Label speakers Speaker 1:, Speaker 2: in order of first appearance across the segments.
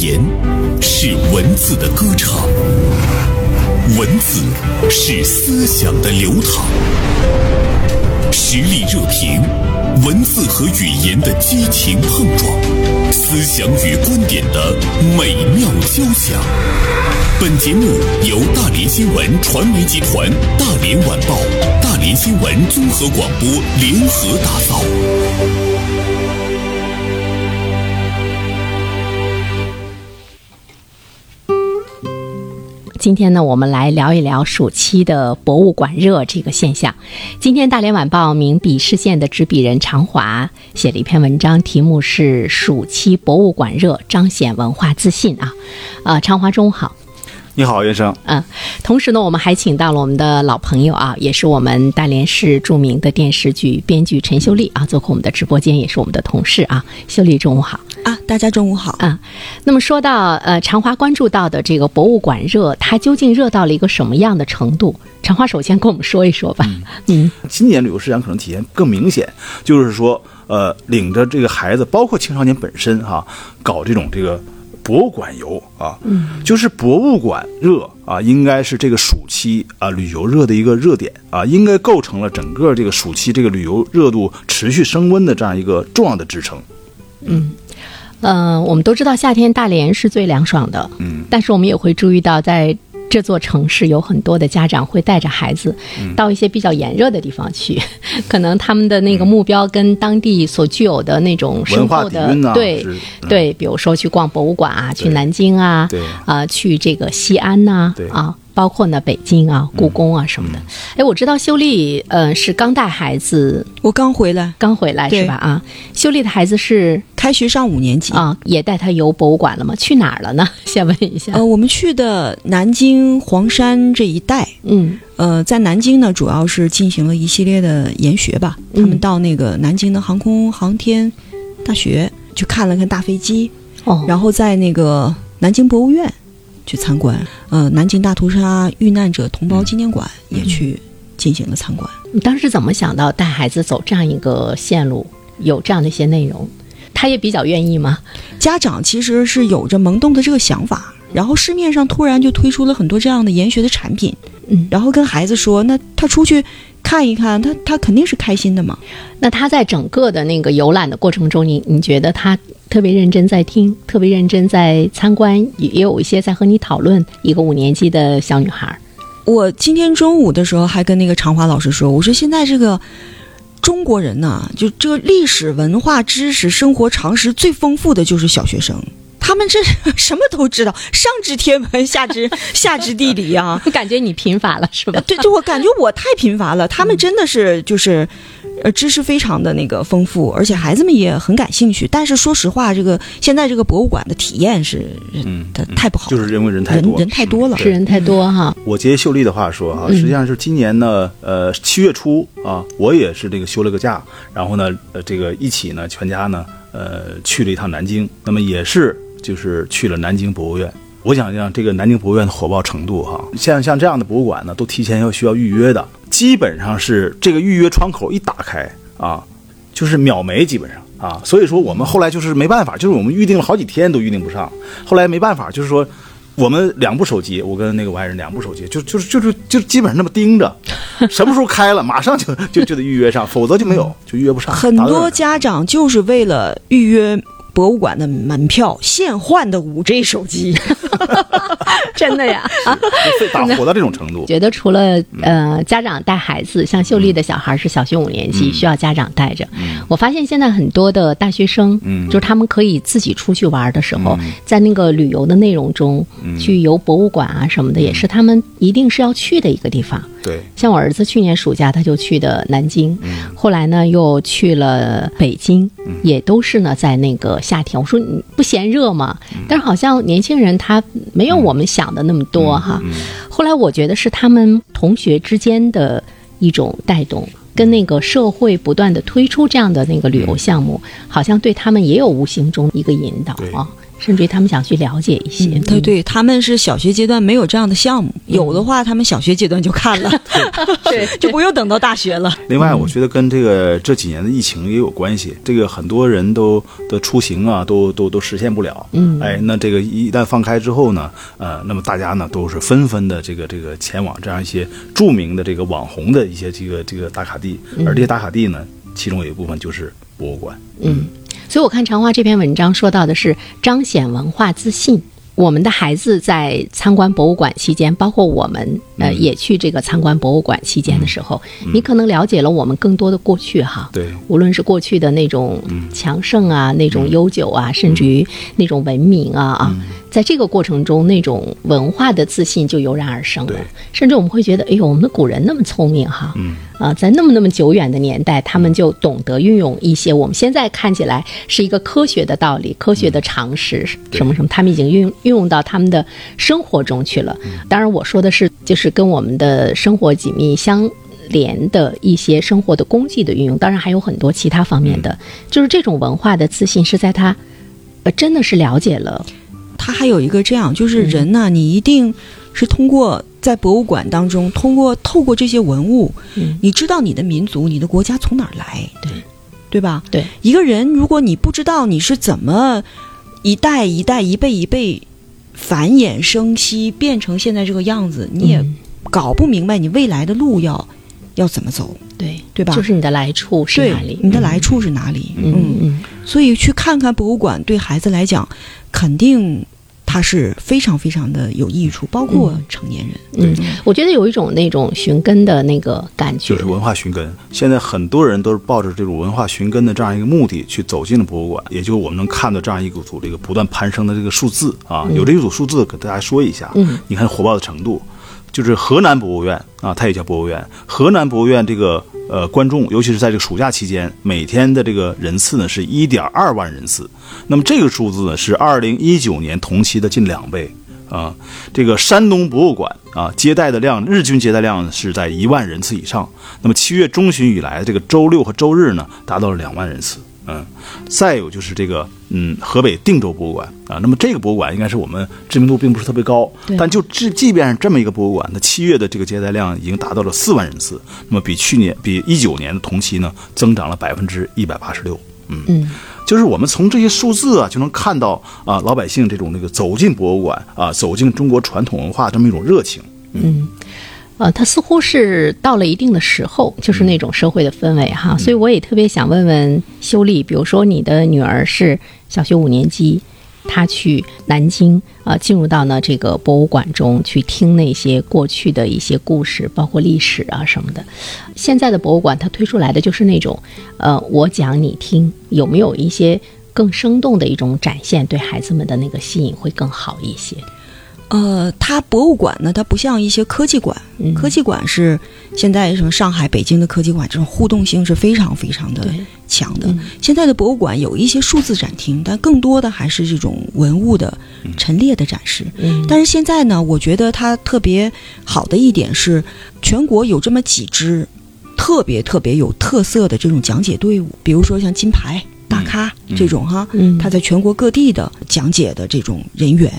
Speaker 1: 言是文字的歌唱，文字是思想的流淌。实力热评，文字和语言的激情碰撞，思想与观点的美妙交响。本节目由大连新闻传媒集团、大连晚报、大连新闻综合广播联合打造。
Speaker 2: 今天呢，我们来聊一聊暑期的博物馆热这个现象。今天《大连晚报》名笔视线的执笔人常华写了一篇文章，题目是《暑期博物馆热彰显文化自信》啊。呃，常华中午好。
Speaker 3: 你好，袁生。
Speaker 2: 嗯，同时呢，我们还请到了我们的老朋友啊，也是我们大连市著名的电视剧编剧陈秀丽啊，做客我们的直播间，也是我们的同事啊。秀丽，中午好。
Speaker 4: 啊，大家中午好
Speaker 2: 啊。那么说到呃，长华关注到的这个博物馆热，它究竟热到了一个什么样的程度？长华首先跟我们说一说吧。嗯，
Speaker 3: 今年旅游市场可能体现更明显，就是说呃，领着这个孩子，包括青少年本身哈、搞这种这个博物馆游啊，嗯，就是博物馆热啊，应该是这个暑期啊旅游热的一个热点啊，应该构成了整个这个暑期这个旅游热度持续升温的这样一个重要的支撑。
Speaker 2: 呃，我们都知道夏天大连是最凉爽的，嗯，但是我们也会注意到，在这座城市有很多的家长会带着孩子
Speaker 3: 嗯
Speaker 2: 到一些比较炎热的地方去， 可能他们的那个目标跟当地所具有的那种深
Speaker 3: 文化
Speaker 2: 厚的
Speaker 3: 底蕴呐
Speaker 2: 对
Speaker 3: 是嗯
Speaker 2: 对，比如说去逛博物馆啊，去南京啊，
Speaker 3: 对
Speaker 2: 啊、去这个西安呐
Speaker 3: 对嗯
Speaker 2: 啊。包括呢，北京啊、故宫啊什么的。哎、我知道修丽，呃，是刚带孩子
Speaker 4: 我刚回来，
Speaker 2: 刚回来是
Speaker 4: 对
Speaker 2: 吧？啊，修丽的孩子是
Speaker 4: 开学上五年级。
Speaker 2: 啊，也带他游博物馆了吗？去哪儿了呢？ 先问一下。
Speaker 4: 呃，我们去的南京黄山这一带，
Speaker 2: 嗯
Speaker 4: 呃，在南京呢，主要是进行了一系列的研学吧。他
Speaker 2: 嗯
Speaker 4: 们到那个南京的航空航天大学去看了看大飞机，
Speaker 2: 哦，
Speaker 4: 然后在那个南京博物院去参观，呃，南京大屠杀遇难者同胞纪念馆
Speaker 2: 嗯
Speaker 4: 也去进行了参观。
Speaker 2: 你当时怎么想到带孩子走这样一个线路，有这样的一些内容？他也比较愿意吗？
Speaker 4: 家长其实是有着萌动的这个想法，然后市面上突然就推出了很多这样的研学的产品，
Speaker 2: 嗯
Speaker 4: 然后跟孩子说，那他出去看一看，他他肯定是开心的嘛。
Speaker 2: 那他在整个的那个游览的过程中，你你觉得他特别认真在听，特别认真在参观，也也有一些在和你讨论一个五年级的小女孩儿。
Speaker 4: 我今天中午的时候还跟那个常华老师说，我说现在这个中国人呐、就这个历史文化知识、生活常识最丰富的就是小学生。他们这什么都知道，上知天文，下知下知地理啊！
Speaker 2: 感觉你贫乏了是吧？
Speaker 4: 对，就我感觉我太贫乏了。
Speaker 3: 嗯
Speaker 4: 他们真的是就是，呃，知识非常的那个丰富，而且孩子们也很感兴趣。但是说实话，这个现在这个博物馆的体验是，嗯，它太不好了，
Speaker 3: 就是因为人太
Speaker 4: 人
Speaker 3: 多，
Speaker 4: 人太多 了。
Speaker 2: 是人太多哈。
Speaker 3: 我接秀丽的话说啊，实际上是今年呢，呃，七月初啊，我也是这个休了个假，然后呢，呃，这个一起呢，全家呢，呃，去了一趟南京，那么也是就是去了南京博物院。我想想，这个南京博物院的火爆程度哈、像像这样的博物馆呢，都提前要需要预约的，基本上是这个预约窗口一打开啊，就是秒没，基本上啊。所以说我们后来就是没办法，就是我们预定了好几天都预定不上，后来没办法，就是说我们两部手机，我跟那个我爱人两部手机，就就是就是就基本上那么盯 着，什么时候开了马上就就就得预约上，否则就没有，就预约不上。
Speaker 4: 很
Speaker 3: 打字儿
Speaker 4: 多家长就是为了预约博物馆的门票，现换的五 G 手机。
Speaker 3: 嗯
Speaker 2: 真的呀。
Speaker 3: 就非打火到这种程度，嗯
Speaker 2: 觉得除了呃家长带孩子，像秀丽的小孩是小学五年级，
Speaker 3: 嗯
Speaker 2: 需要家长带着。我发现现在很多的大学生，
Speaker 3: 嗯
Speaker 2: 就是他们可以自己出去玩的时候，在那个旅游的内容中，
Speaker 3: 嗯
Speaker 2: 去游博物馆啊什么的，也是他们一定是要去的一个地方。
Speaker 3: 对。
Speaker 2: 像我儿子去年暑假他就去的南京，后来呢又去了北京，也都是呢在那个夏天。我说你不嫌热吗？但是好像年轻人他没有我们想的那么多哈。后来我觉得是他们同学之间的一种带动。跟那个社会不断的推出这样的那个旅游项目，好像对他们也有无形中一个引导
Speaker 3: 对
Speaker 2: 啊，甚至于他们想去了解一些。
Speaker 4: 嗯 对对，他们是小学阶段没有这样的项目，有
Speaker 3: 嗯
Speaker 4: 的话他们小学阶段就看了，
Speaker 2: 对
Speaker 4: 就不用等到大学了。
Speaker 3: 另外，我觉得跟这个这几年的疫情也有关系。这个很多人都的出行啊，都都都实现不了。嗯，哎，那这个一旦放开之后呢，呃，那么大家呢都是纷纷的这个这个前往这样一些著名的这个网红的一些这个这个打卡地，而这些打卡地呢，其中有一部分就是博物馆。
Speaker 2: 所以我看长花这篇文章说到的是彰显文化自信。我们的孩子在参观博物馆期间，包括我们呃、
Speaker 3: 嗯
Speaker 2: 也去这个参观博物馆期间的时候，你可能了解了我们更多的过去哈。
Speaker 3: 对嗯
Speaker 2: 无论是过去的那种强盛啊，那种悠久啊，甚至于那种文明啊啊，
Speaker 3: 嗯
Speaker 2: 在这个过程中，那种文化的自信就油然而生了
Speaker 3: 对。嗯
Speaker 2: 甚至我们会觉得，哎呦，我们的古人那么聪明哈，啊，在那么那么久远的年代，
Speaker 4: 嗯
Speaker 2: 他们就懂得运用一些我们现在看起来是一个科学的道理、科学
Speaker 4: 嗯
Speaker 2: 的常识，什么什么，他们已经运用运用到他们的生活中去了。
Speaker 4: 嗯
Speaker 2: 当然，我说的是就是跟我们的生活紧密相。连的一些生活的工具的运用，当然还有很多其他方面
Speaker 4: 嗯
Speaker 2: 的，就是这种文化的自信是在他，呃，真的是了解了，
Speaker 4: 他还有一个这样，就是
Speaker 2: 嗯
Speaker 4: 人呐，你一定是通过在博物馆当中，通过透过这些文物，
Speaker 2: 嗯
Speaker 4: 你知道你的民族、你的国家从哪儿来，
Speaker 2: 对
Speaker 4: 对吧？
Speaker 2: 对，
Speaker 4: 一个人如果你不知道你是怎么一代一代、一辈一辈繁衍生息，变成现在这个样子，你也
Speaker 2: 嗯
Speaker 4: 搞不明白你未来的路要要怎么走，
Speaker 2: 对
Speaker 4: 对吧
Speaker 2: 就是你的来处是
Speaker 4: 对
Speaker 2: 哪里？
Speaker 4: 你的来处是哪里？
Speaker 2: 嗯，嗯嗯，
Speaker 4: 所以去看看博物馆对孩子来讲，肯定它是非常非常的有益处，包括成年人。
Speaker 2: 嗯，我觉得有一种那种寻根的那个感觉，
Speaker 3: 就是文化寻根。现在很多人都是抱着这种文化寻根的这样一个目的去走进了博物馆，也就我们能看到这样一个组这个不断攀升的这个数字啊。有这一组数字给大家说一下，
Speaker 2: 嗯
Speaker 3: 你看火爆的程度，就是河南博物院啊，它也叫博物院。河南博物院这个呃观众，尤其是在这个暑假期间，每天的这个人次呢是一点二万人次，那么这个数字呢是二零一九年同期的近两倍。啊，这个山东博物馆啊，接待的量日均接待量是在一万人次以上。那么七月中旬以来，这个周六和周日呢，达到了两万人次。嗯，再有就是这个，嗯，河北定州博物馆啊，那么这个博物馆应该是我们知名度并不是特别高，但就即即便是这么一个博物馆，它七月的这个接待量已经达到了四万人次，那么比去年比一九年的同期呢，增长了百分之一百八十六。
Speaker 2: 嗯，
Speaker 3: 就是我们从这些数字啊，就能看到啊，老百姓这种那个走进博物馆啊，走进中国传统文化这么一种热情。
Speaker 2: 呃，它似乎是到了一定的时候，就是那种社会的氛围哈，所以我也特别想问问修丽，比如说你的女儿是小学五年级，她去南京啊、呃进入到呢这个博物馆中去听那些过去的一些故事，包括历史啊什么的。现在的博物馆它推出来的就是那种，呃，我讲你听，有没有一些更生动的一种展现，对孩子们的那个吸引会更好一些？
Speaker 4: 呃，它博物馆呢，它不像一些科技馆，
Speaker 2: 嗯
Speaker 4: 科技馆是现在什么上海、北京的科技馆，这种互动性是非常非常的
Speaker 2: 对
Speaker 4: 强的。现在的博物馆有一些数字展厅，但更多的还是这种文物的陈列的展示。
Speaker 2: 嗯
Speaker 4: 但是现在呢，我觉得它特别好的一点是，全国有这么几支特别特别有特色的这种讲解队伍，比如说像金牌大咖这种哈，
Speaker 2: 嗯
Speaker 4: 他在全国各地的讲解的这种人员，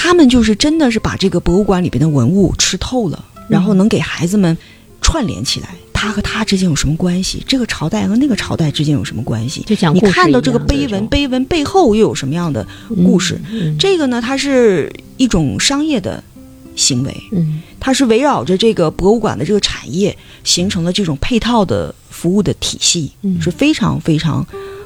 Speaker 4: 他们就是真的是把这个博物馆里边的文物吃透了，然
Speaker 2: 嗯
Speaker 4: 后能给孩子们串联起来。他和他之间有什么关系？这个朝代和那个朝代之间有什么关系？
Speaker 2: 就讲
Speaker 4: 你
Speaker 2: 故事
Speaker 4: 看到
Speaker 2: 一
Speaker 4: 这个
Speaker 2: 样的
Speaker 4: 碑
Speaker 2: 这
Speaker 4: 文，
Speaker 2: 种
Speaker 4: 碑文背后又有什么样的故事？
Speaker 2: 嗯
Speaker 4: 这个呢，它是一种商业的行为，
Speaker 2: 嗯
Speaker 4: 它是围绕着这个博物馆的这个产业形成了这种配套的服务的体系，
Speaker 2: 嗯
Speaker 4: 是非常非常。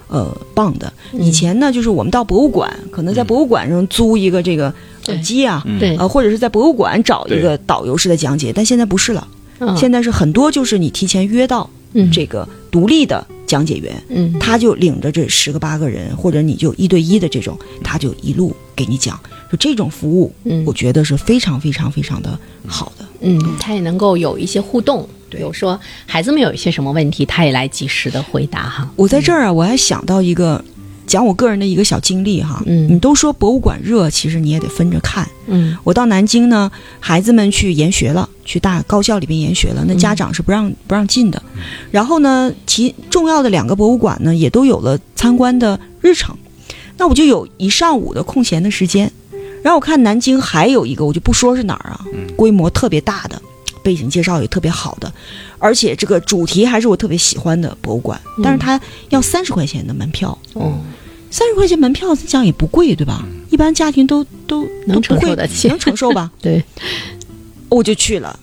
Speaker 4: 呃，棒的。以前呢，就是我们到博物馆，可能在博物馆上租一个这个耳机啊，
Speaker 2: 嗯对
Speaker 4: 呃，或者是在博物馆找一个导游式的讲解，但现在不是了。
Speaker 2: 嗯
Speaker 4: 哦现在是很多就是你提前约到
Speaker 2: 嗯
Speaker 4: 这个独立的讲解员，
Speaker 2: 嗯
Speaker 4: 他就领着这十个八个人，或者你就一对一的这种，他就一路给你讲，就这种服务，
Speaker 2: 嗯
Speaker 4: 我觉得是非常非常非常的好的。
Speaker 2: 嗯，他也能够有一些互动，比如说孩子们有一些什么问题，他也来及时的回答哈。
Speaker 4: 我在这儿啊，我还想到一个，讲我个人的一个小经历哈，
Speaker 2: 嗯
Speaker 4: 你都说博物馆热，其实你也得分着看。
Speaker 2: 嗯
Speaker 4: 我到南京呢，孩子们去研学了，去大高校里边研学了，那家长是不让、不让进的。然后呢，其重要的两个博物馆呢，也都有了参观的日程。那我就有一上午的空闲的时间。然后我看南京还有一个，我就不说是哪儿啊，规模特别大的，背景介绍也特别好的，而且这个主题还是我特别喜欢的博物馆，但是它要三十块钱的门票，
Speaker 2: 嗯哦，
Speaker 4: 三十块钱门票这样也不贵，对吧？一般家庭都都
Speaker 2: 能
Speaker 4: 都
Speaker 2: 承
Speaker 4: 不会
Speaker 2: 受得起
Speaker 4: 能承受吧？ 哦
Speaker 2: 对，
Speaker 4: 我就去了。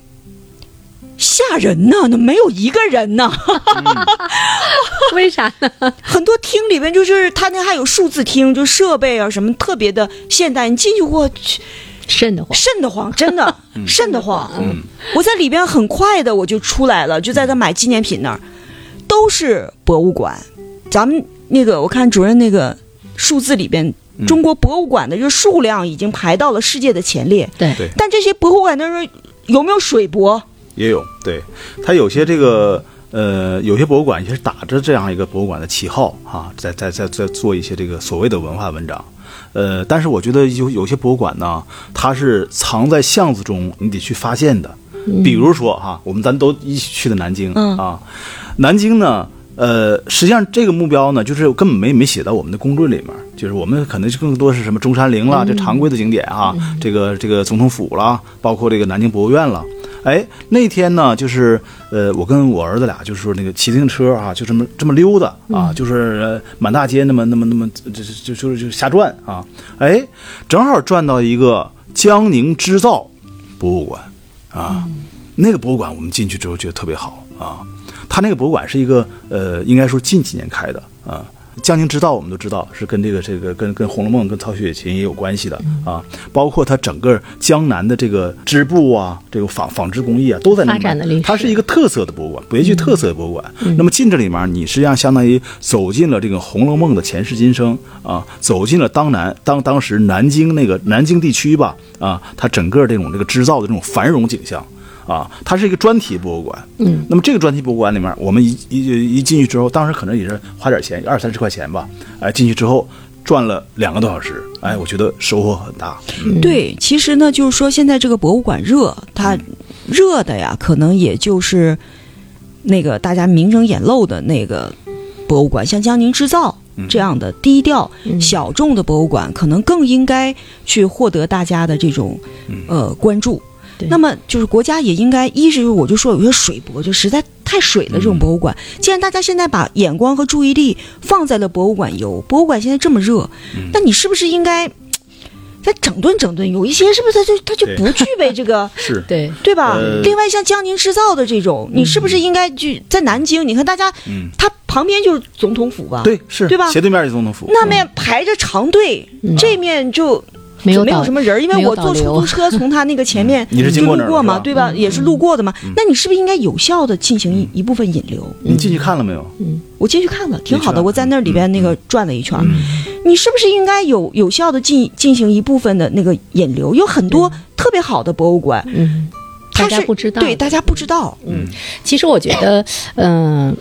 Speaker 4: 吓人呐！那没有一个人呐，
Speaker 2: 为啥呢？
Speaker 4: 很多厅里边就是他那还有数字厅，就设备啊什么特别的现代。你进去我去
Speaker 2: 瘆得慌。
Speaker 4: 瘆得慌，真的瘆得慌。我在里边很快的我就出来了，就在他买纪念品那儿，都是博物馆。咱们那个我看主任那个数字里边，中国博物馆的这个数量已经排到了世界的前列。
Speaker 2: 对
Speaker 3: 对
Speaker 4: 但这些博物馆当中有没有水博？
Speaker 3: 也有，对，它有些这个呃，有些博物馆也是打着这样一个博物馆的旗号哈、在在在在做一些这个所谓的文化文章。呃，但是我觉得有有些博物馆呢，它是藏在巷子中，你得去发现的。比如说哈、我们咱都一起去的南京、
Speaker 4: 嗯
Speaker 3: 啊，南京呢，呃，实际上这个目标呢，就是根本没没写到我们的公论里面，就是我们可能更多是什么中山陵啦，这常规的景点啊，这个这个总统府啦，包括这个南京博物院啦。哎，那天呢，就是呃，我跟我儿子俩就是说那个骑自行车啊，就这么这么溜达啊，就是呃满大街那么那么那么就就就就就瞎转啊，哎，正好转到一个江宁织造博物馆啊，那个博物馆我们进去之后觉得特别好啊，它那个博物馆是一个呃，应该说近几年开的啊。江宁织造我们都知道是跟这个这个跟跟《红楼梦》跟曹雪芹也有关系的啊，包括它整个江南的这个织布啊，这个纺纺织工艺啊，都在那里
Speaker 2: 发展
Speaker 3: 面
Speaker 2: 的历史嗯
Speaker 3: 它是一个特色的博物馆，别具特色的博物馆。那么进这里面，你实际上相当于走进了这个《红楼梦》的前世今生啊，走进了当南当当时南京那个南京地区吧啊，它整个这种这个织造的这种繁荣景象。啊，它是一个专题博物馆。嗯，那么这个专题博物馆里面，我们一一一进去之后，当时可能也是花点钱，二三十块钱吧。哎，进去之后转了两个多小时，哎，我觉得收获很大。
Speaker 4: 对，其实呢，就是说现在这个博物馆热，它热的呀，可能也就是那个大家明争眼露的那个博物馆，像江宁织造这样的低调、小众的博物馆，可能更应该去获得大家的这种呃关注。
Speaker 2: 对
Speaker 4: 那么就是国家也应该，一是我就说有些水博就实在太水了，这种博物馆。既然大家现在把眼光和注意力放在了博物馆游，博物馆现在这么热，那你是不是应该再整顿整顿？有一些是不是他就他就
Speaker 3: 对
Speaker 4: 不具备 这个
Speaker 3: 是，
Speaker 2: 对，
Speaker 4: 对吧？
Speaker 3: 呃
Speaker 4: 另外像江宁织造的这种，你是不是应该去在南京？你看大家，
Speaker 3: 嗯
Speaker 4: 它旁边就是总统府吧？
Speaker 3: 对，是，
Speaker 4: 对吧
Speaker 3: 斜对面就是总统府。
Speaker 4: 那面排着长队，这面就。
Speaker 2: 没有
Speaker 4: 就没有
Speaker 2: 导
Speaker 4: 什么人儿，因
Speaker 2: 嗯
Speaker 4: 为
Speaker 2: 没有
Speaker 4: 我坐
Speaker 2: 导
Speaker 4: 出
Speaker 2: 流
Speaker 4: 租 车从他那个前面
Speaker 3: 嗯你是经
Speaker 4: 就
Speaker 3: 过
Speaker 4: 路
Speaker 3: 那儿
Speaker 4: 过
Speaker 3: 是
Speaker 4: 嘛，
Speaker 3: 吧嗯
Speaker 4: 对吧？也是路过的嘛。那你是不是应该有效的进行一一部分引流？
Speaker 3: 嗯你进去看了没有？
Speaker 4: 我进去看了，挺好的。
Speaker 3: 你去了
Speaker 4: 我在那里边
Speaker 2: 嗯
Speaker 4: 那个转了一圈儿，你是不是应该有有效的进进行一部分的那个引流？有很多特别好的博物馆，
Speaker 2: 嗯，大
Speaker 4: 它
Speaker 2: 家
Speaker 4: 是
Speaker 2: 不知道
Speaker 4: 对
Speaker 2: 的
Speaker 4: 大家不知道，嗯
Speaker 2: 其实我觉得，嗯、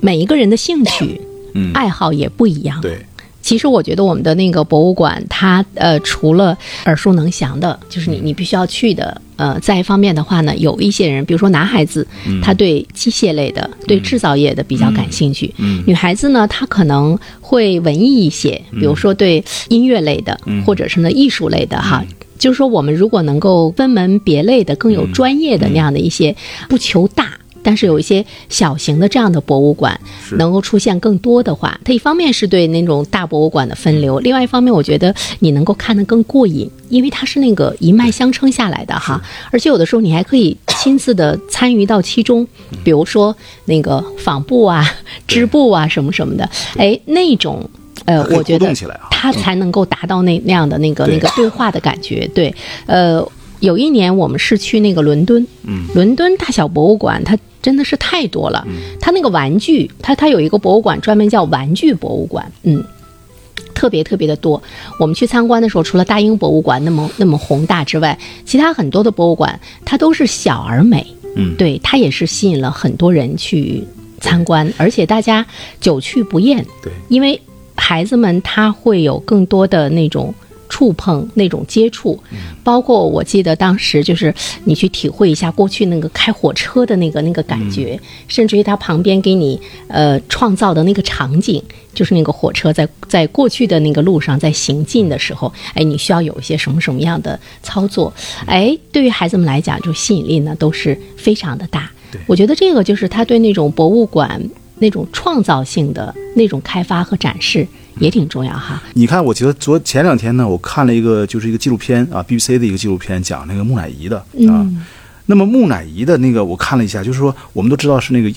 Speaker 2: 每一个人的兴趣、
Speaker 3: 嗯，
Speaker 2: 爱好也不一样。
Speaker 3: 对，
Speaker 2: 其实我觉得我们的那个博物馆，它呃除了耳熟能详的，就是
Speaker 3: 嗯
Speaker 2: 你你必须要去的，呃，再一方面的话呢，有一些人，比如说男孩子，
Speaker 3: 嗯
Speaker 2: 他对机械类的、对制造业的比较感兴趣；
Speaker 3: 嗯
Speaker 2: 女孩子呢，她可能会文艺一些，比
Speaker 3: 嗯
Speaker 2: 如说对音乐类的，或者是呢艺术类的哈。
Speaker 3: 嗯
Speaker 2: 就是说，我们如果能够分门别类的、更有专业的那样的一
Speaker 3: 嗯
Speaker 2: 些，不求大，但是有一些小型的这样的博物馆，
Speaker 3: 是
Speaker 2: 能够出现更多的话，它一方面是对那种大博物馆的分
Speaker 3: 嗯
Speaker 2: 流，另外一方面，我觉得你能够看得更过瘾，因为它是那个一脉相承下来的哈。而且有的时候你还可以亲自的参与到其中，
Speaker 3: 嗯
Speaker 2: 比如说那个纺布啊、织布啊什么什么的，哎，那种呃
Speaker 3: 它，可以
Speaker 2: 我觉
Speaker 3: 互
Speaker 2: 得
Speaker 3: 动起来啊
Speaker 2: 它才能够达到那那样的那个
Speaker 3: 对
Speaker 2: 那个对话的感觉。对，呃，有一年我们是去那个伦敦，
Speaker 3: 嗯
Speaker 2: 伦敦大小博物馆它真的是太多了，
Speaker 3: 嗯
Speaker 2: 它那个玩具，它它有一个博物馆专门叫玩具博物馆，嗯。特别特别的多。我们去参观的时候，除了大英博物馆那么那么宏大之外，其他很多的博物馆它都是小而美。
Speaker 3: 嗯
Speaker 2: 对，它也是吸引了很多人去参观，而且大家久去不厌。
Speaker 3: 对，
Speaker 2: 因为孩子们他会有更多的那种。触碰、那种接触，包括我记得当时就是你去体会一下过去那个开火车的那个那个感觉，甚至于它旁边给你呃创造的那个场景，就是那个火车在在过去的那个路上在行进的时候，哎，你需要有一些什么什么样的操作，哎，对于孩子们来讲，就吸引力呢都是非常的大。我觉得这个就是他对那种博物馆那种创造性的那种开发和展示
Speaker 3: 嗯
Speaker 2: 也挺重要哈。
Speaker 3: 你看，我觉得昨前两天呢，我看了一个就是一个纪录片啊，BBC 的一个纪录片，讲那个木乃伊的啊。那么木乃伊的那个，我看了一下，就是说我们都知道是那个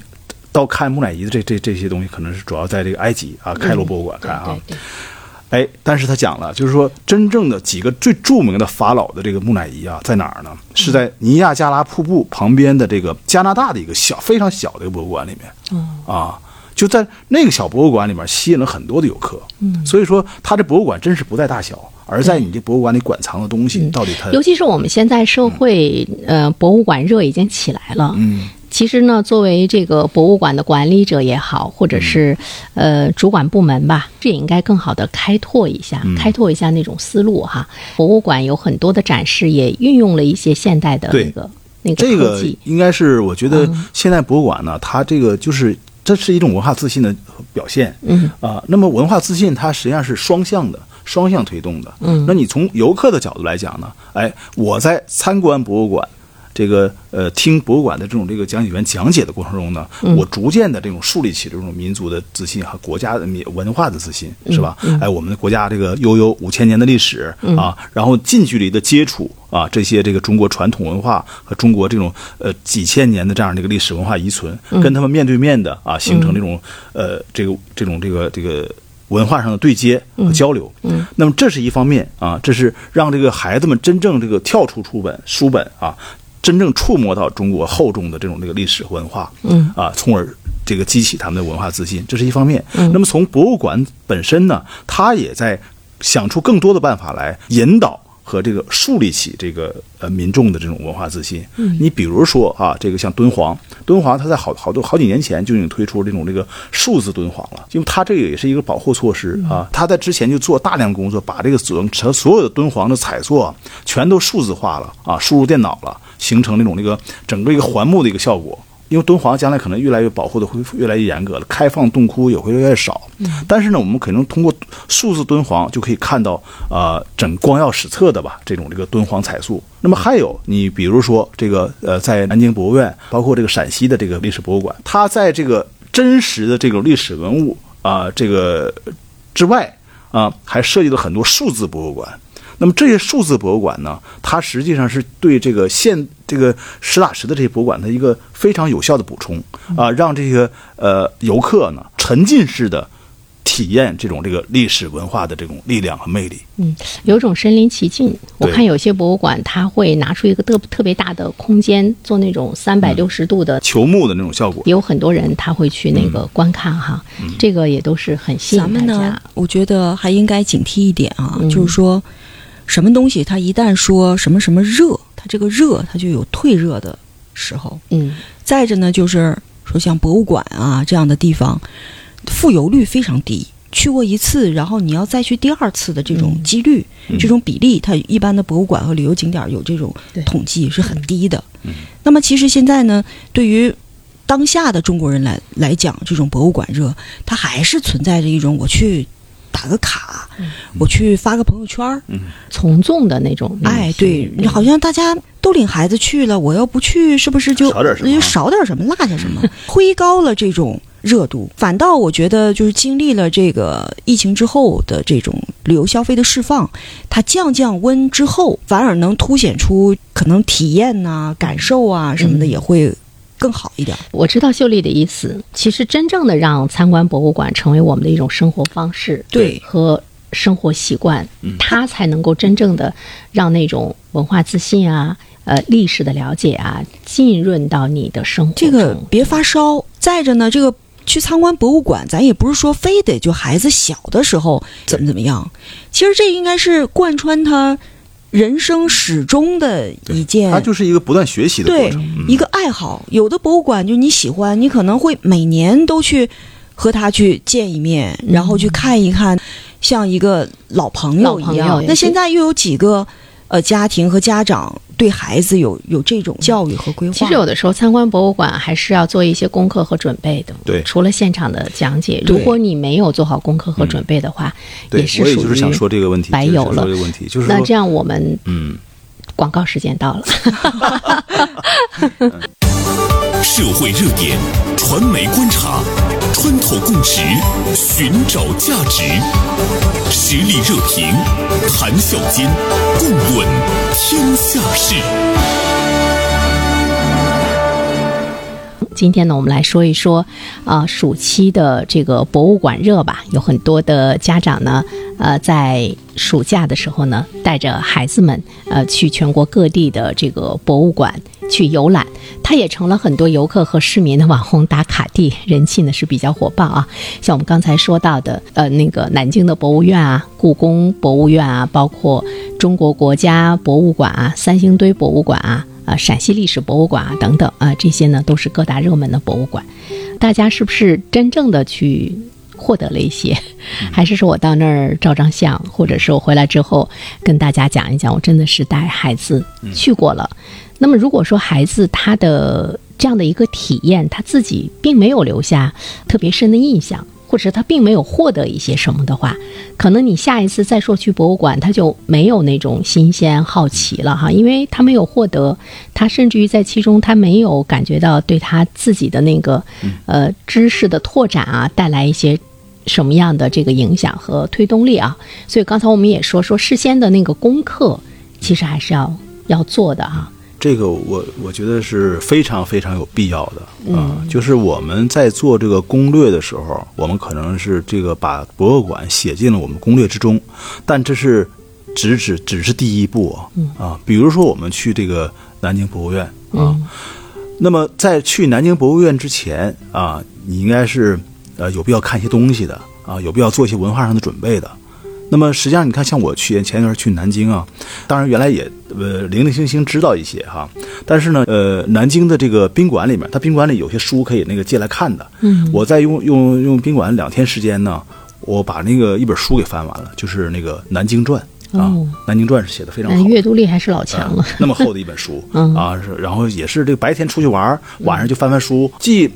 Speaker 3: 到看木乃伊的这这这些东西，可能是主要在这个埃及啊开罗博物馆看啊。
Speaker 2: 对对
Speaker 3: 哎，但是他讲了，就是说真正的几个最著名的法老的这个木乃伊啊，在哪儿呢？是在尼亚加拉瀑布旁边的这个加拿大的一个小非常小的一个博物馆里面。啊，就在那个小博物馆里面吸引了很多的游客。嗯，所以说它这博物馆真是不在大小，而在你这博物馆里馆藏的东西到底它
Speaker 2: 尤其是我们现在社会，呃，博物馆热已经起来了。嗯，其实呢，作为这个博物馆的管理者也好，或者是、
Speaker 3: 嗯
Speaker 2: 呃主管部门吧，这也应该更好的开拓一下，
Speaker 3: 嗯
Speaker 2: 开拓一下那种思路哈。博物馆有很多的展示，也运用了一些现代的
Speaker 3: 对
Speaker 2: 那个那个
Speaker 3: 这
Speaker 2: 科
Speaker 3: 个
Speaker 2: 技。嗯
Speaker 3: 应该是我觉得现在博物馆呢，它这个就是这是一种文化自信的表现。
Speaker 2: 嗯
Speaker 3: 啊，那么文化自信它实际上是双向的。双向推动的，嗯，那你从游客的角度来讲呢？哎，我在参观博物馆，这个呃，听博物馆的这种这个讲解员讲解的过程中呢，
Speaker 2: 嗯
Speaker 3: 我逐渐的这种树立起这种民族的自信和国家的民文化的自信，
Speaker 2: 嗯
Speaker 3: 是吧？哎，我们的国家这个悠悠五千年的历史
Speaker 2: 嗯
Speaker 3: 啊，然后近距离的接触啊，这些这个中国传统文化和中国这种呃几千年的这样的一个历史文化遗存，跟他们面对面的啊，形成这种呃这个这种这个这个文化上的对接和交流。嗯，那么这是一方面啊，这是让这个孩子们真正这个跳出书本书本啊，真正触摸到中国厚重的这种这个历史文化。嗯，啊，从而。这个激起他们的文化自信，这是一方面。那么从博物馆本身呢，它也在想出更多的办法来引导和这个树立起这个呃民众的这种文化自信。你比如说啊，这个像敦煌，敦煌它在好好多好几年前就已经推出这种这个数字敦煌了，因为它这个也是一个保护措施啊。它在之前就做大量工作，把这个所它所有的敦煌的彩塑啊全都数字化了啊，输入电脑了，形成那种这个整个一个环幕的一个效果。因为敦煌将来可能越来越保护的会越来越严格了，开放洞窟也会越来越少。但是呢，我们可能通过数字敦煌就可以看到，呃，整光耀史册的吧，这种这个敦煌彩塑。那么还有，你比如说这个呃，在南京博物院，包括这个陕西的这个历史博物馆，它在这个真实的这种历史文物啊、这个之外啊、还设计了很多数字博物馆。那么这些数字博物馆呢，它实际上是对这个现这个实打实的这些博物馆的一个非常有效的补充啊、让这个呃游客呢沉浸式的体验这种这个历史文化的这种力量和魅力。
Speaker 2: 嗯，有种身临其境。我看有些博物馆，它会拿出一个特特别大的空间，做那种三百六十度的
Speaker 3: 球幕的那种效果，
Speaker 2: 也有很多人他会去那个观看哈，这个也都是很吸
Speaker 4: 咱
Speaker 2: 引大
Speaker 4: 们呢
Speaker 2: 家。，嗯
Speaker 4: 我觉得还应该警惕一点啊，就是说，什么东西它一旦说什么什么热，它这个热它就有退热的时候。
Speaker 2: 嗯，
Speaker 4: 再者呢，就是说像博物馆啊这样的地方，复游率非常低。去过一次，然后你要再去第二次的这种几率、这种比例，它一般的博物馆和旅游景点有这种
Speaker 2: 对
Speaker 4: 统计是很低的。那么其实现在呢，对于当下的中国人来来讲，这种博物馆热，它还是存在着一种我去打个卡，我去发个朋友圈儿，
Speaker 2: 从众的那种。
Speaker 4: 哎，对，
Speaker 2: 嗯
Speaker 4: 好像大家都领孩子去了，我要不去，是不是就
Speaker 3: 少点什么啊
Speaker 4: 就少点什么，落下 什么，推高了这种热度。反倒我觉得，就是经历了这个疫情之后的这种旅游消费的释放，它降降温之后，反而能凸显出可能体验呐、感受啊什么
Speaker 3: 嗯
Speaker 4: 的也会更好一点。
Speaker 2: 我知道秀丽的意思。其实真正的让参观博物馆成为我们的一种生活方式，
Speaker 4: 对
Speaker 2: 和生活习惯，它才能够真正的让那种文化自信啊。呃，历史的了解啊，浸润到你的生活
Speaker 4: 这个
Speaker 2: 中
Speaker 4: 别发烧。再着呢，这个去参观博物馆，咱也不是说非得就孩子小的时候怎么怎么样。其实这应该是贯穿他人生始终的一件
Speaker 3: 它就是一个不断学习的过
Speaker 4: 对
Speaker 3: 程。嗯
Speaker 4: 一个爱好。有的博物馆就你喜欢，你可能会每年都去和他去见一面，然后去看一看。像一个老朋友一
Speaker 2: 老朋
Speaker 4: 样
Speaker 2: 友。
Speaker 4: 那现在又有几个呃家庭和家长对孩子有有这种教育和规划？
Speaker 2: 其实有的时候参观博物馆还是要做一些功课和准备的。
Speaker 3: 对
Speaker 2: 除了现场的讲解，
Speaker 4: 对
Speaker 2: 如果你没有做好功课和准备的话，
Speaker 3: 对，
Speaker 2: 也是
Speaker 3: 我也
Speaker 2: 属
Speaker 3: 就是
Speaker 2: 于
Speaker 3: 想说这个问题，
Speaker 2: 白
Speaker 3: 就是
Speaker 2: 有
Speaker 3: 想
Speaker 2: 了
Speaker 3: 说这个问题就是
Speaker 2: 那
Speaker 3: 说，
Speaker 2: 这样我们
Speaker 3: 嗯，
Speaker 2: 广告时间到了。
Speaker 1: 社会热点，传媒观察，穿透共识，寻找价值，实力热评，谈笑间，共论天下事。
Speaker 2: 今天呢，我们来说一说，啊、暑期的这个博物馆热吧，有很多的家长呢，呃，在暑假的时候呢，带着孩子们，呃，去全国各地的这个博物馆去游览，它也成了很多游客和市民的网红打卡地，人气呢是比较火爆啊。像我们刚才说到的，呃，那个南京的博物院啊，故宫博物院啊，包括中国国家博物馆啊，三星堆博物馆啊。啊，陕西历史博物馆啊等等啊，这些呢都是各大热门的博物馆。大家是不是真正的去获得了一些？ 还是说我到那儿照张相，或者是我回来之后跟大家讲一讲，我真的是带孩子去过了。那么如果说孩子他的这样的一个体验，他自己并没有留下特别深的印象。或者是他并没有获得一些什么的话，可能你下一次再说去博物馆，他就没有那种新鲜好奇了哈，因为他没有获得，他甚至于在其中他没有感觉到对他自己的那个呃知识的拓展啊带来一些什么样的这个影响和推动力啊。所以刚才我们也说说事先的那个功课，其实还是要要做的啊。
Speaker 3: 这个我我觉得是非常非常有必要的啊、就是我们在做这个攻略的时候，我们可能是这个把博物馆写进了我们攻略之中，但这是只只只是第一步啊、啊，比如说我们去这个南京博物院啊，那么在去南京博物院之前啊，你应该是呃有必要看一些东西的啊，有必要做一些文化上的准备的。那么实际上，你看，像我去前一段去南京啊，当然原来也呃零零星星知道一些哈，但是呢，呃，南京的这个宾馆里面，它宾馆里有些书可以那个借来看的。嗯，我在用用用宾馆两天时间呢，我把那个一本书给翻完了，就是那个《南京传》啊，
Speaker 2: 哦
Speaker 3: 南京传》是写的非常
Speaker 2: 那
Speaker 3: 好的。
Speaker 2: 嗯阅读力还是老强
Speaker 4: 嗯
Speaker 2: 了。
Speaker 3: 嗯 那么厚的一本书
Speaker 2: 嗯
Speaker 3: 啊，是然后也是这个白天出去玩儿，晚上就翻翻书，既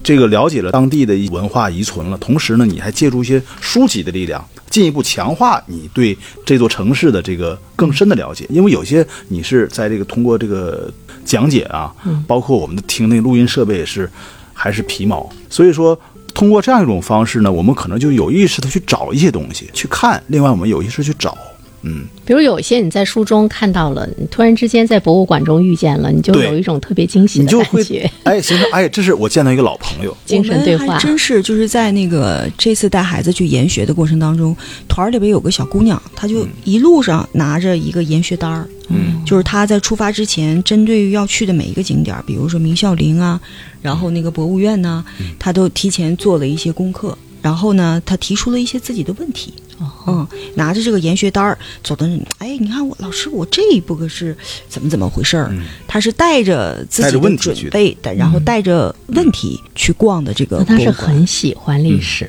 Speaker 3: 这个了解了当地的一文化遗存了，同时呢，你还借助一些书籍的力量，进一步强化你对这座城市的这个更深的了解。因为有些你是在这个通过这个讲解啊，
Speaker 2: 嗯
Speaker 3: 包括我们的听那个录音设备也是还是皮毛，所以说。通过这样一种方式呢，我们可能就有意识的去找一些东西去看，另外我们有意识地去找，嗯，
Speaker 2: 比如有一些你在书中看到了，你突然之间在博物馆中遇见了，你就
Speaker 3: 对
Speaker 2: 有一种特别惊喜
Speaker 3: 你
Speaker 2: 的
Speaker 3: 就
Speaker 2: 感
Speaker 3: 会
Speaker 2: 觉，
Speaker 3: 哎，形成哎，这是我见到一个老朋友，
Speaker 2: 精神对
Speaker 4: 我们
Speaker 2: 话
Speaker 4: 还。真是就是在那个这次带孩子去研学的过程当中，团儿里边有个小姑娘，她就一路上拿着一个研学单儿，
Speaker 3: 嗯，
Speaker 4: 就是她在出发之前，针对于要去的每一个景点儿，比如说明孝陵啊，然
Speaker 3: 嗯
Speaker 4: 后那个博物院呐、她都提前做了一些功课。然后呢，她提出了一些自己的问题，
Speaker 2: 哦
Speaker 4: 嗯，拿着这个研学单儿走的，哎，你看我老师，我这一步可是怎么怎么回事儿？她是带着自
Speaker 3: 嗯带
Speaker 4: 己
Speaker 3: 着问
Speaker 4: 的
Speaker 3: 题
Speaker 4: 准
Speaker 3: 去的
Speaker 4: 备的，然后带着问题去逛的这个
Speaker 2: 嗯那
Speaker 4: 博
Speaker 2: 他是
Speaker 4: 物馆。
Speaker 2: 很喜欢
Speaker 4: 嗯
Speaker 2: 历史，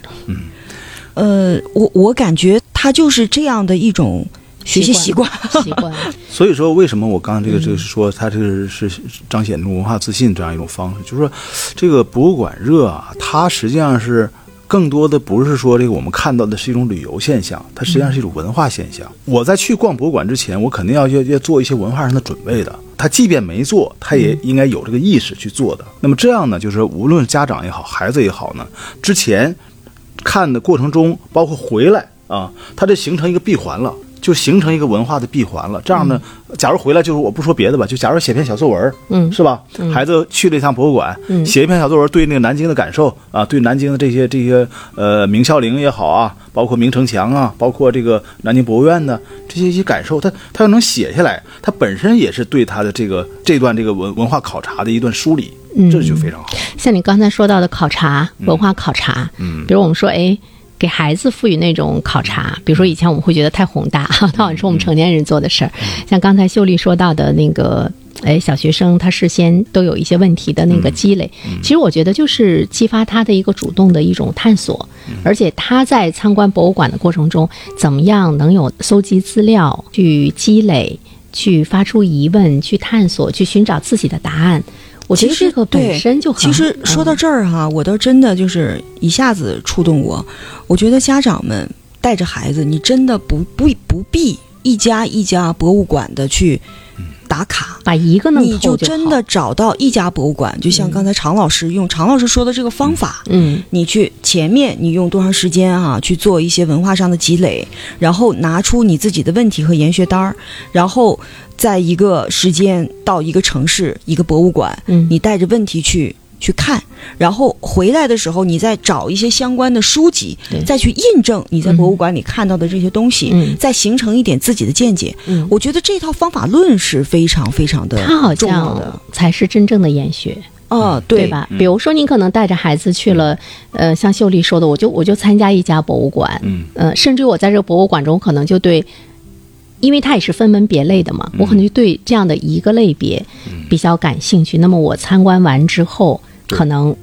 Speaker 4: 呃，我我感觉他就是这样的一种学习习
Speaker 2: 习
Speaker 4: 惯。
Speaker 2: 习惯。
Speaker 3: 所以说为什么我刚才
Speaker 2: 嗯
Speaker 3: 这个这个是说它这个是是彰显出文化自信这样一种方式，就是说这个博物馆热啊，它实际上是更多的不是说这个我们看到的是一种旅游现象，它实际
Speaker 2: 嗯
Speaker 3: 上是一种文化现象。我在去逛博物馆之前，我肯定要要要做一些文化上的准备的。他即便没做，他也
Speaker 2: 嗯
Speaker 3: 应该有这个意识去做的。那么这样呢，就是无论家长也好，孩子也好呢，之前看的过程中，包括回来啊，它这形成一个闭环了，就形成一个文化的闭环了。这样呢，假如回来就是我不说别的吧，就假如写篇小作文，
Speaker 2: 嗯
Speaker 3: 是吧？孩子去了一趟博物馆，
Speaker 2: 嗯
Speaker 3: 写一篇小作文，对那个南京的感受啊，对南京的这些这些呃明孝陵也好啊，包括明城墙啊，包括这个南京博物院的这些一些感受，他他要能写下来，他本身也是对他的这个这段这个文文化考察的一段梳理，
Speaker 2: 嗯
Speaker 3: 这就非常好。
Speaker 2: 像你刚才说到的考察、文化考察，
Speaker 3: 嗯
Speaker 2: 比如我们说，哎，给孩子赋予那种考察，
Speaker 4: 嗯
Speaker 2: 比如说以
Speaker 4: 嗯
Speaker 2: 前我们会觉得太宏大，哈，那好像是我们成年人做的事儿。像刚才秀丽说到的那个哎，小学生他事先都有一些问题的那
Speaker 4: 嗯
Speaker 2: 个积累。其实我觉得就是激发他的一个主动的一种探索，
Speaker 4: 嗯
Speaker 2: 而且他在参观博物馆的过程中，怎么样能有搜集资料、去积累、去发出疑问、去探索、去寻找自己的答案。我觉
Speaker 4: 其
Speaker 2: 得
Speaker 4: 实
Speaker 2: 这个
Speaker 4: 对
Speaker 2: 本身就很
Speaker 4: 其实说到
Speaker 2: 嗯
Speaker 4: 这儿哈、我倒真的就是一下子触动我。我觉得家长们带着孩子，你真的不不不必一家一家博物馆的去打卡。
Speaker 2: 把一个弄
Speaker 4: 你
Speaker 2: 透
Speaker 4: 就
Speaker 2: 就
Speaker 4: 真
Speaker 2: 好
Speaker 4: 的找到一家博物馆，就像刚才常老师用常老师说的这个方法，
Speaker 2: 嗯
Speaker 4: 你去前面你用多长时间啊，去做一些文化上的积累，然后拿出你自己的问题和研学单儿，然后在一个时间到一个城市一个博物馆，
Speaker 2: 嗯
Speaker 4: 你带着问题去去看，然后回来的时候你再找一些相关的书籍
Speaker 2: 对，
Speaker 4: 再去印证你在博物馆里看到的这些东西，
Speaker 2: 嗯
Speaker 4: 再形成一点自己的见解。
Speaker 2: 嗯
Speaker 4: 我觉得这套方法论是非常非常的
Speaker 2: 他好
Speaker 4: 重要的
Speaker 2: 像才是真正的研学。
Speaker 4: 啊，
Speaker 2: 对？吧？比如说，你可能带着孩子去了，呃，像秀丽说的，我就我就参加一家博物馆，
Speaker 3: 嗯
Speaker 2: 呃，甚至我在这个博物馆中，可能就对，因为它也是分门别类的嘛，我可能就对这样的一个类别比较感兴趣。那么我参观完之后，可能。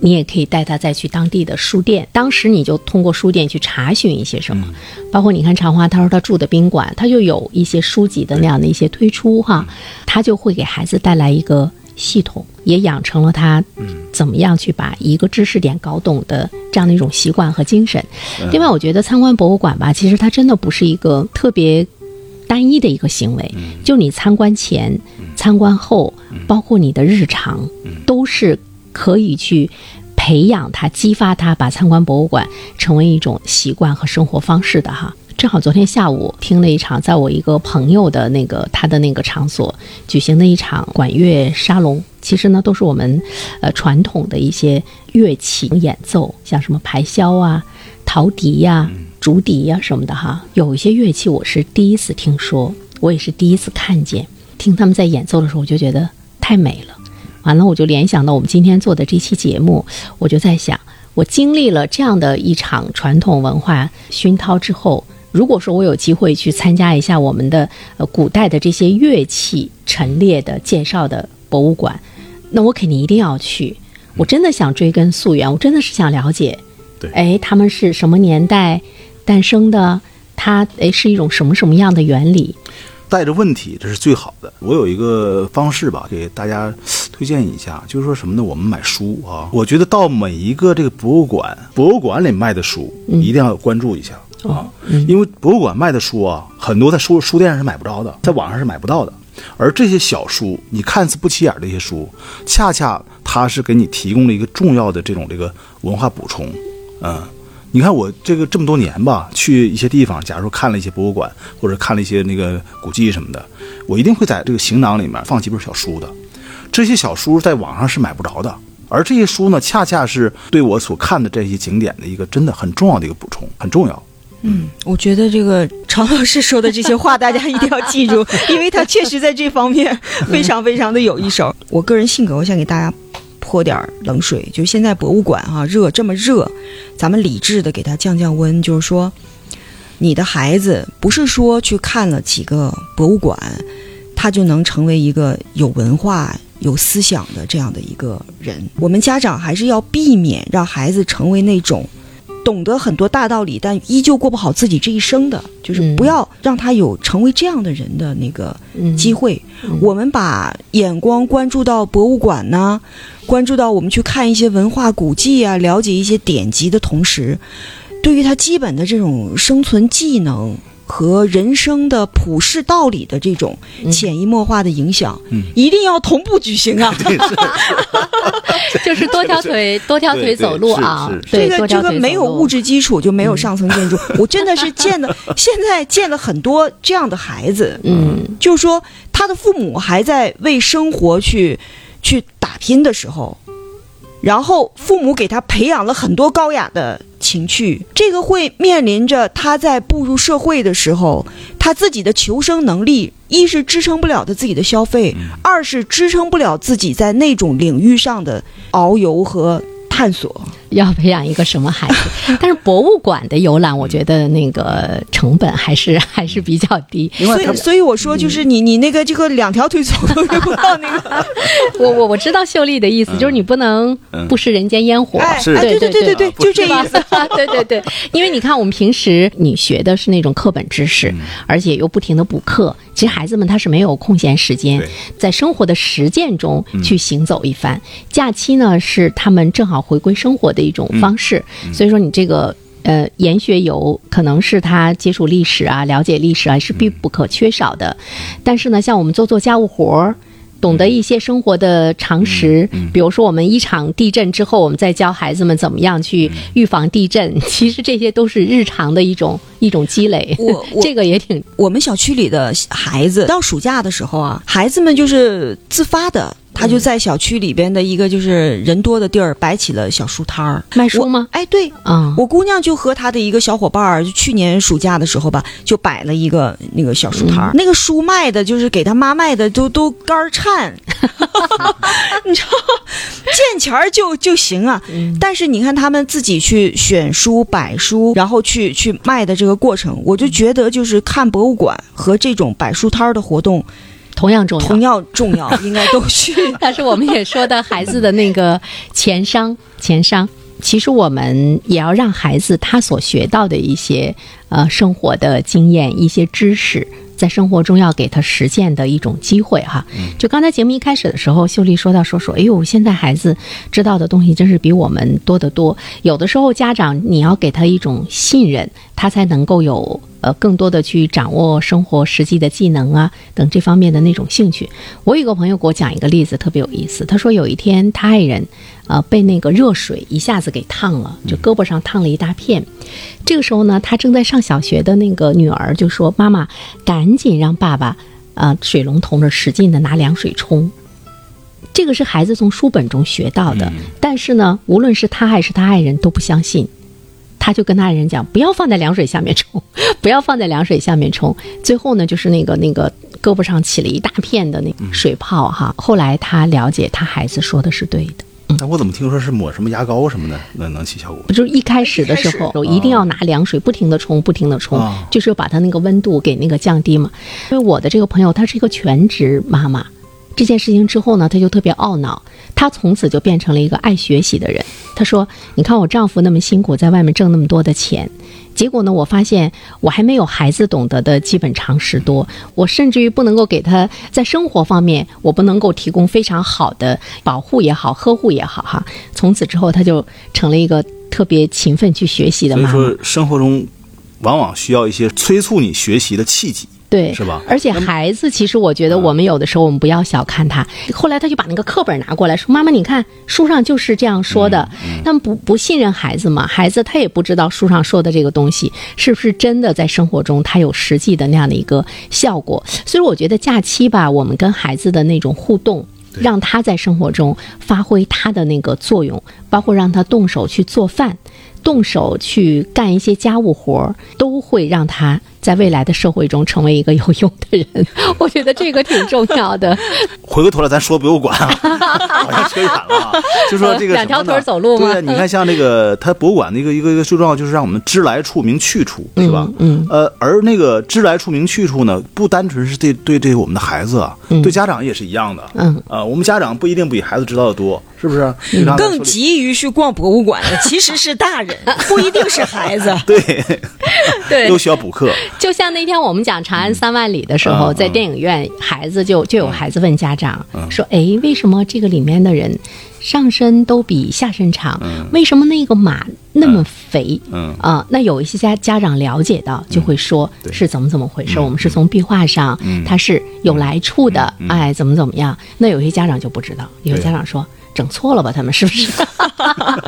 Speaker 2: 你也可以带他再去当地的书店，当时你就通过书店去查询一些什么，包括你看长花，他说他住的宾馆，他就有一些书籍的那样的一些推出哈，他就会给孩子带来一个系统，也养成了他怎么样去把一个知识点搞懂的这样的一种习惯和精神。另外，我觉得参观博物馆吧，其实它真的不是一个特别单一的一个行为，就你参观前、参观后，包括你的日常，都是可以去。培养他，激发他，把参观博物馆成为一种习惯和生活方式的哈。正好昨天下午听了一场，在我一个朋友的那个他的那个场所举行的一场管乐沙龙，其实呢都是我们呃传统的一些乐器演奏，像什么排箫啊、陶笛呀、竹笛呀、什么的哈。有一些乐器我是第一次听说，我也是第一次看见。听他们在演奏的时候，我就觉得太美了。完了，我就联想到我们今天做的这期节目，我就在想，我经历了这样的一场传统文化熏陶之后，如果说我有机会去参加一下我们的呃古代的这些乐器陈列的介绍的博物馆，那我肯定一定要去。我真的想追根溯源，我真的是想了解，
Speaker 3: 对
Speaker 2: 哎，他们是什么年代诞生的？它哎是一种什么什么样的原理？
Speaker 3: 带着问题，这是最好的。我有一个方式吧，给大家嘶推荐一下，就是说什么呢？我们买书啊，我觉得到每一个这个博物馆，博物馆里卖的书，一定要关注一下。啊，因为博物馆卖的书啊，很多在书书店上是买不着的，在网上是买不到的。而这些小书，你看似不起眼的一些书，恰恰它是给你提供了一个重要的这种这个文化补充，嗯。你看我这个这么多年吧，去一些地方，假如说看了一些博物馆，或者看了一些那个古迹什么的，我一定会在这个行囊里面放几本小书的。这些小书在网上是买不着的，而这些书呢，恰恰是对我所看的这些景点的一个真的很重要的一个补充，很重要。
Speaker 4: 我觉得这个常老师说的这些话，大家一定要记住，因为他确实在这方面 非常非常的有一手。我个人性格，我想给大家泼点儿冷水，就现在博物馆哈、热这么热，咱们理智的给他降降温，就是说，你的孩子不是说去看了几个博物馆，他就能成为一个有文化。有思想的这样的一个人，我们家长还是要避免让孩子成为那种懂得很多大道理，但依旧过不好自己这一生的，就是
Speaker 2: 嗯
Speaker 4: 不要让他有成为这样的人的那个
Speaker 2: 嗯，
Speaker 4: 机会。
Speaker 2: 嗯
Speaker 4: 我们把眼光关注到博物馆呐、关注到我们去看一些文化古迹啊，了解一些典籍的同时，对于他基本的这种生存技能。和人生的普世道理的这种
Speaker 2: 嗯
Speaker 4: 潜移默化的影响，一定要同步举行啊！
Speaker 2: 就是多条腿多条腿
Speaker 3: 对对
Speaker 2: 走路啊
Speaker 3: 是是，
Speaker 2: 对，
Speaker 4: 这
Speaker 2: 多
Speaker 4: 个
Speaker 2: 条
Speaker 4: 这个
Speaker 2: 腿
Speaker 4: 没有
Speaker 2: 走路
Speaker 4: 物质基础就没有上层建筑。我真的是见的， 现在见了很多这样的孩子，
Speaker 2: 嗯，
Speaker 4: 就是说他的父母还在为生活去去打拼的时候，然后父母给他培养了很多高雅的情趣，这个会面临着他在步入社会的时候，他自己的求生能力，一是支撑不了他自己的消费，二是支撑不了自己在那种领域上的遨游和探索。
Speaker 2: 要培养一个什么孩 子。但是博物馆的游览，我觉得那个成本还是还是比较低。
Speaker 3: 另外
Speaker 4: 所
Speaker 3: 他
Speaker 4: 以，所以我说，就是你你那个这个两条腿走 都遇不到那个，
Speaker 2: 我我我知道秀丽的意思，就是你不能
Speaker 3: 嗯
Speaker 2: 不食人间烟火。
Speaker 4: 哎，哎
Speaker 3: 是
Speaker 4: 对
Speaker 2: 对
Speaker 4: 对对
Speaker 2: 对
Speaker 4: 对，
Speaker 3: 不
Speaker 4: 就这意思。
Speaker 2: 思。对对对，因为你看，我们平时你学的是那种课本知识，而且又不停的补课，其实孩子们他是没有空闲时间
Speaker 3: 对
Speaker 2: 在生活的实践中去行走一番。假期呢，是他们正好回归生活的一种方式，所以说你这个。呃，研学游可能是他接触历史啊、了解历史啊是必不可缺少的，但是呢，像我们做做家务活儿。懂得一些生活的常识，比如说我们一场地震之后，我们再教孩子们怎么样去预防地震，其实这些都是日常的一种一种积累。
Speaker 4: 我我
Speaker 2: 这个也挺
Speaker 4: 我们小区里的孩子到暑假的时候啊，孩子们就是自发的，他就在小区里边的一个就是人多的地儿摆起了小书摊儿。
Speaker 2: 卖书吗？
Speaker 4: 哎，对，
Speaker 2: 啊，
Speaker 4: 我姑娘就和她的一个小伙伴儿，就去年暑假的时候吧，就摆了一个那个小书摊
Speaker 2: 嗯
Speaker 4: 儿、那个书卖的就是给她妈卖的都都肝儿 颤，你知道，见钱儿就就行啊、
Speaker 2: 嗯
Speaker 4: 但是你看他们自己去选书、摆书，然后去去卖的这个过程，我就觉得就是看博物馆和这种摆书摊儿的活动
Speaker 2: 同样重要
Speaker 4: 同。样重要，应该都 去。
Speaker 2: 但是我们也说到孩子的那个钱商，钱商。其实我们也要让孩子他所学到的一些呃生活的经验、一些知识，在生活中要给他实践的一种机会哈。就刚才节目一开始的时候，秀丽说到说说，哎呦，现在孩子知道的东西真是比我们多得多。有的时候家长你要给他一种信任，他才能够有呃更多的去掌握生活实际的技能啊等这方面的那种兴趣。我有一个朋友给我讲一个例子，特别有意思。他说有一天他爱人，呃，被那个热水一下子给烫了，就胳膊上烫了一大片。这个时候呢，他正在上小学的那个女儿就说：“妈妈，赶紧让爸爸，呃，水龙头那儿使劲的拿凉水冲。”这个是孩子从书本中学到的，但是呢，无论是他还是他爱人都不相信。他就跟他爱人讲，不要放在凉水下面冲， 不要放在凉水下面冲。最后呢，就是那个那个胳膊上起了一大片的那个水泡哈。后来他了解，他孩子说的是对的。
Speaker 3: 那我怎么听说是抹什么牙膏什么的，能能起效果？
Speaker 2: 就是一开始的嗯啊时
Speaker 4: 一
Speaker 2: 候，一定要拿凉水不停的冲，不停的冲
Speaker 3: 哦，
Speaker 2: 就是把它那个温度给那个降低嘛。因为我的这个朋友，她是一个全职妈妈，这件事情之后呢，她就特别懊恼，她从此就变成了一个爱学习的人。她说：“你看我丈夫那么辛苦，在外面挣那么多的钱。”结果呢，我发现我还没有孩子懂得的基本常识多，我甚至于不能够给他在生活方面，我不能够提供非常好的保护也好，呵护也好哈。从此之后，他就成了一个特别勤奋去学习的
Speaker 3: 所以
Speaker 2: 妈妈，
Speaker 3: 说生活中往往需要一些催促你学习的契机。
Speaker 2: 对，
Speaker 3: 是吧嗯
Speaker 2: 而且孩子，其实我觉得我们有的时候我们不要小看他。后来他就把那个课本拿过来说：“妈妈，你看书上就是这样说的。
Speaker 3: 嗯
Speaker 2: 但不不信任孩子嘛，孩子他也不知道书上说的这个东西是不是真的在生活中他有实际的那样的一个效果。所以我觉得假期吧，我们跟孩子的那种互动。让他在生活中发挥他的那个作用，包括让他动手去做饭，动手去干一些家务活儿，都会让他在未来的社会中成为一个有用的人。 我觉得这个挺重要的。
Speaker 3: 回过头来，咱说博物馆啊， 好像扯远了啊。就说这个什么呢
Speaker 2: 两条腿走路吗
Speaker 3: 对，你看像那个它博物馆的一个一个一个最重要就是让我们知来处明去处，是吧？
Speaker 2: 嗯
Speaker 3: 呃，而那个知来处明去处呢，不单纯是对对对我们的孩子啊，对家长也是一样的。
Speaker 2: 嗯，
Speaker 3: 啊，我们家长不一定比孩子知道的多，是不是？就刚才说
Speaker 4: 更
Speaker 3: 的
Speaker 4: 急于去逛博物馆的其实是大人，不一定是孩子。
Speaker 3: 对，
Speaker 2: 对
Speaker 3: 都需要补课。
Speaker 2: 就像那天我们讲《长安三万里》的时候，
Speaker 3: 嗯
Speaker 2: 在电影院，孩子就就有孩子问家长、说：“哎，为什么这个里面的人上身都比下身长？为什么那个马那么肥？”
Speaker 3: 嗯
Speaker 2: 啊、那有一些家家长了解到，就会说、是怎么怎么回
Speaker 3: 嗯
Speaker 2: 事？我们是从壁画上，它是有来处的，
Speaker 3: 嗯
Speaker 2: 哎，怎么怎么样？那有些家长就不知道，有些
Speaker 3: 对
Speaker 2: 家长说。整错了吧？他们是不是？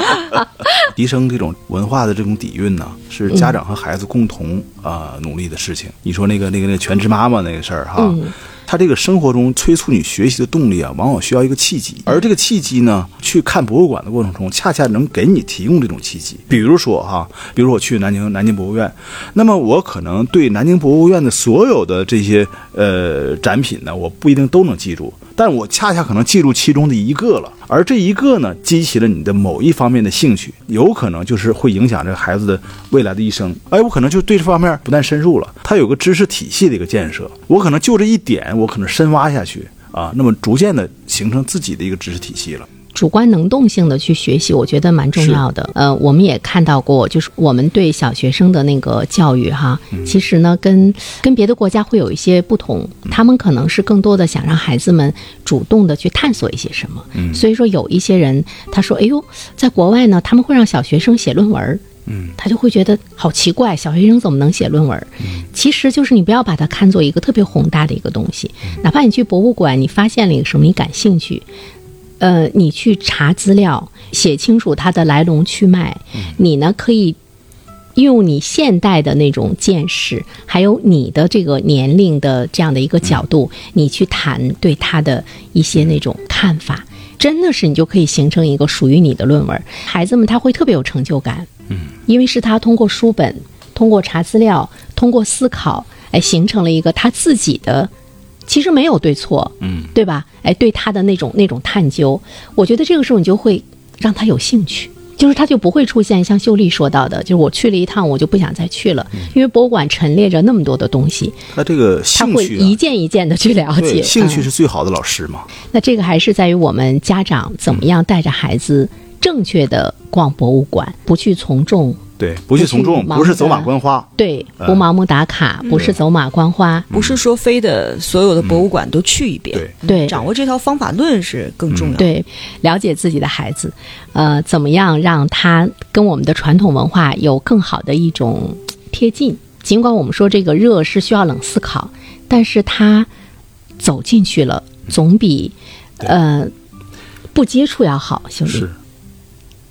Speaker 3: 提升这种文化的这种底蕴呢，是家长和孩子共同啊、呃努力的事情。你说那个那个那个全职妈妈那个事儿哈，他这个生活中催促你学习的动力啊，往往需要一个契机，而这个契机呢，去看博物馆的过程中，恰恰能给你提供这种契机。比如说哈，比如我去南京南京博物院，那么我可能对南京博物院的所有的这些呃展品呢，我不一定都能记住。但我恰恰可能记住其中的一个了，而这一个呢，激起了你的某一方面的兴趣，有可能就是会影响这个孩子的未来的一生。哎，我可能就对这方面不但深入了，他有个知识体系的一个建设，我可能就这一点，我可能深挖下去啊，那么逐渐的形成自己的一个知识体系了。
Speaker 2: 主观能动性的去学习，我觉得蛮重要的。呃，我们也看到过，就是我们对小学生的那个教育哈，其实呢跟跟别的国家会有一些不同，他们可能是更多的想让孩子们主动的去探索一些什么。所以说有一些人他说：“哎呦，在国外呢，他们会让小学生写论文儿。”他就会觉得好奇怪，小学生怎么能写论文儿？其实就是你不要把它看作一个特别宏大的一个东西，哪怕你去博物馆，你发现了一个什么你感兴趣，呃，你去查资料，写清楚它的来龙去脉，你呢可以。用你现代的那种见识，还有你的这个年龄的这样的一个角度，你去谈对他的一些那种看法，真的是你就可以形成一个属于你的论文。孩子们他会特别有成就感，因为是他通过书本、通过查资料、通过思考，哎，形成了一个他自己的，其实没有对错，嗯，对吧？哎，对他的那种那种探究，我觉得这个时候你就会让他有兴趣。就是他就不会出现像秀丽说到的，就是我去了一趟，我就不想再去了，
Speaker 3: 嗯
Speaker 2: 因为博物馆陈列着那么多的东西，
Speaker 3: 他这个
Speaker 2: 他
Speaker 3: 兴
Speaker 2: 会
Speaker 3: 趣、啊，
Speaker 2: 一件一件的去了
Speaker 3: 对
Speaker 2: 解。
Speaker 3: 兴趣
Speaker 2: 嗯
Speaker 3: 是最好的老师嘛。
Speaker 2: 那这个还是在于我们家长怎
Speaker 3: 嗯
Speaker 2: 么样带着孩子正确的逛博物馆，不去从众，
Speaker 3: 对，不去从众，
Speaker 2: 不去盲
Speaker 3: 不是走马
Speaker 2: 的
Speaker 3: 观花。
Speaker 2: 对，不盲目打卡，不是走马观花，
Speaker 4: 不是说非得所有的博物馆都去一遍，
Speaker 3: 对
Speaker 2: 对，
Speaker 4: 掌握这套方法论是更重要的。
Speaker 2: 对，了解自己的孩子，呃，怎么样让他跟我们的传统文化有更好的一种贴近？尽管我们说这个热是需要冷思考，但是他走进去了，总比呃不接触要好，兄弟。
Speaker 3: 是，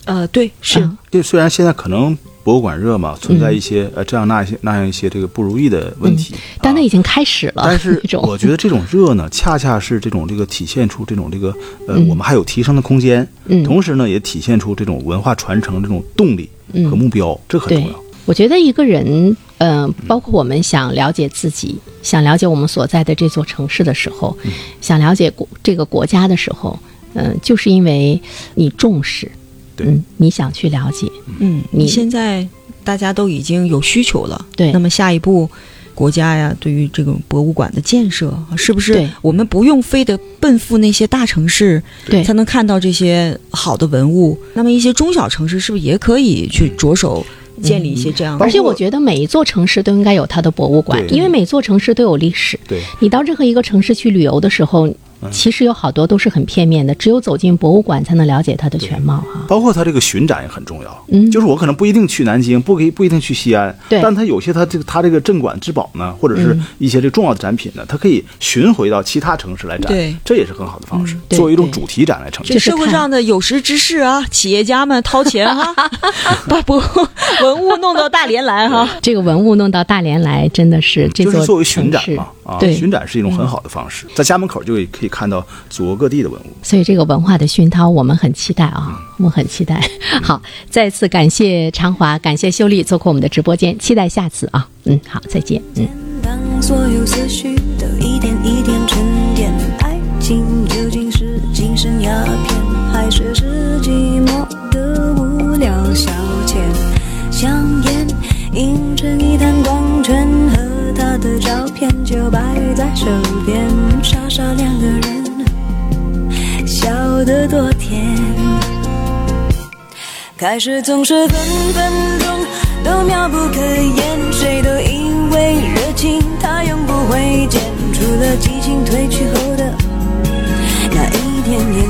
Speaker 4: 呃，对，是、
Speaker 2: 嗯
Speaker 3: 这虽然现在可能博物馆热嘛，存在一些、呃这样那些那样一些这个不如意的问题，
Speaker 2: 但那
Speaker 3: 啊
Speaker 2: 已经开始了，
Speaker 3: 但是
Speaker 2: 那种
Speaker 3: 我觉得这种热呢，恰恰是这种这个体现出这种这个呃、
Speaker 2: 嗯
Speaker 3: 我们还有提升的空间，
Speaker 2: 嗯
Speaker 3: 同时呢也体现出这种文化传承这种动力
Speaker 2: 嗯
Speaker 3: 和目标，这很
Speaker 2: 对
Speaker 3: 重要。
Speaker 2: 我觉得一个人，嗯、包括我们想了解自己，想了解我们所在的这座城市的时候，
Speaker 3: 嗯
Speaker 2: 想了解国这个国家的时候，嗯、就是因为你重视，
Speaker 3: 对
Speaker 2: 嗯，你想去了解，
Speaker 4: 嗯，
Speaker 2: 你
Speaker 4: 你现在大家都已经有需求了，
Speaker 2: 对
Speaker 4: 那么下一步。国家呀，对于这种博物馆的建设，是不是
Speaker 2: 对
Speaker 4: 我们不用非得奔赴那些大城市
Speaker 2: 对
Speaker 4: 才能看到这些好的文物？那么一些中小城市是不是也可以去着手
Speaker 2: 嗯
Speaker 4: 建立一些这样的？
Speaker 2: 而且我觉得每一座城市都应该有它的博物馆，
Speaker 3: 对
Speaker 2: 因为每座城市都有历史。
Speaker 3: 对，
Speaker 2: 你到任何一个城市去旅游的时候，
Speaker 3: 嗯
Speaker 2: 其实有好多都是很片面的，只有走进博物馆才能了解它的全貌哈、
Speaker 3: 包括它这个巡展也很重要。
Speaker 2: 嗯
Speaker 3: 就是我可能不一定去南京，不可以不一定去西安，
Speaker 2: 对嗯
Speaker 3: 但它有些它这个它这个镇馆之宝呢，或者是一些这个重要的展品呢，它可以巡回到其他城市来展，
Speaker 4: 对
Speaker 3: 这也是很好的方式，
Speaker 2: 对
Speaker 3: 作为一种
Speaker 2: 嗯对
Speaker 3: 主题展来呈现
Speaker 4: 这。社会
Speaker 2: 看
Speaker 4: 上的有识之士啊，企业家们掏钱 啊， 把博物 文物弄到大连来哈、
Speaker 2: 这个文物弄到大连来，真的是这
Speaker 3: 就
Speaker 2: 座
Speaker 3: 是
Speaker 2: 城市
Speaker 3: 作为巡展嘛，啊，
Speaker 2: 对，嗯
Speaker 3: 巡展是一种很好的方式，在家门口就可以看到祖国各地的文物。
Speaker 2: 所以这个文化的熏陶，我们很期待啊，我们很期待。好，再次感谢常华，感谢秀丽做客我们的直播间，期待下次啊。嗯，好，再见。嗯。
Speaker 5: 当所有思绪都一点一点沉淀，爱情究竟是精神鸦片，还是是寂寞的无聊消遣？香烟映成一滩光圈，和他的照片就摆在手边，傻傻两个人，笑得多甜。开始总是分分钟都妙不可言，谁都以为热情它永不会减，除了激情褪去后的那一点点。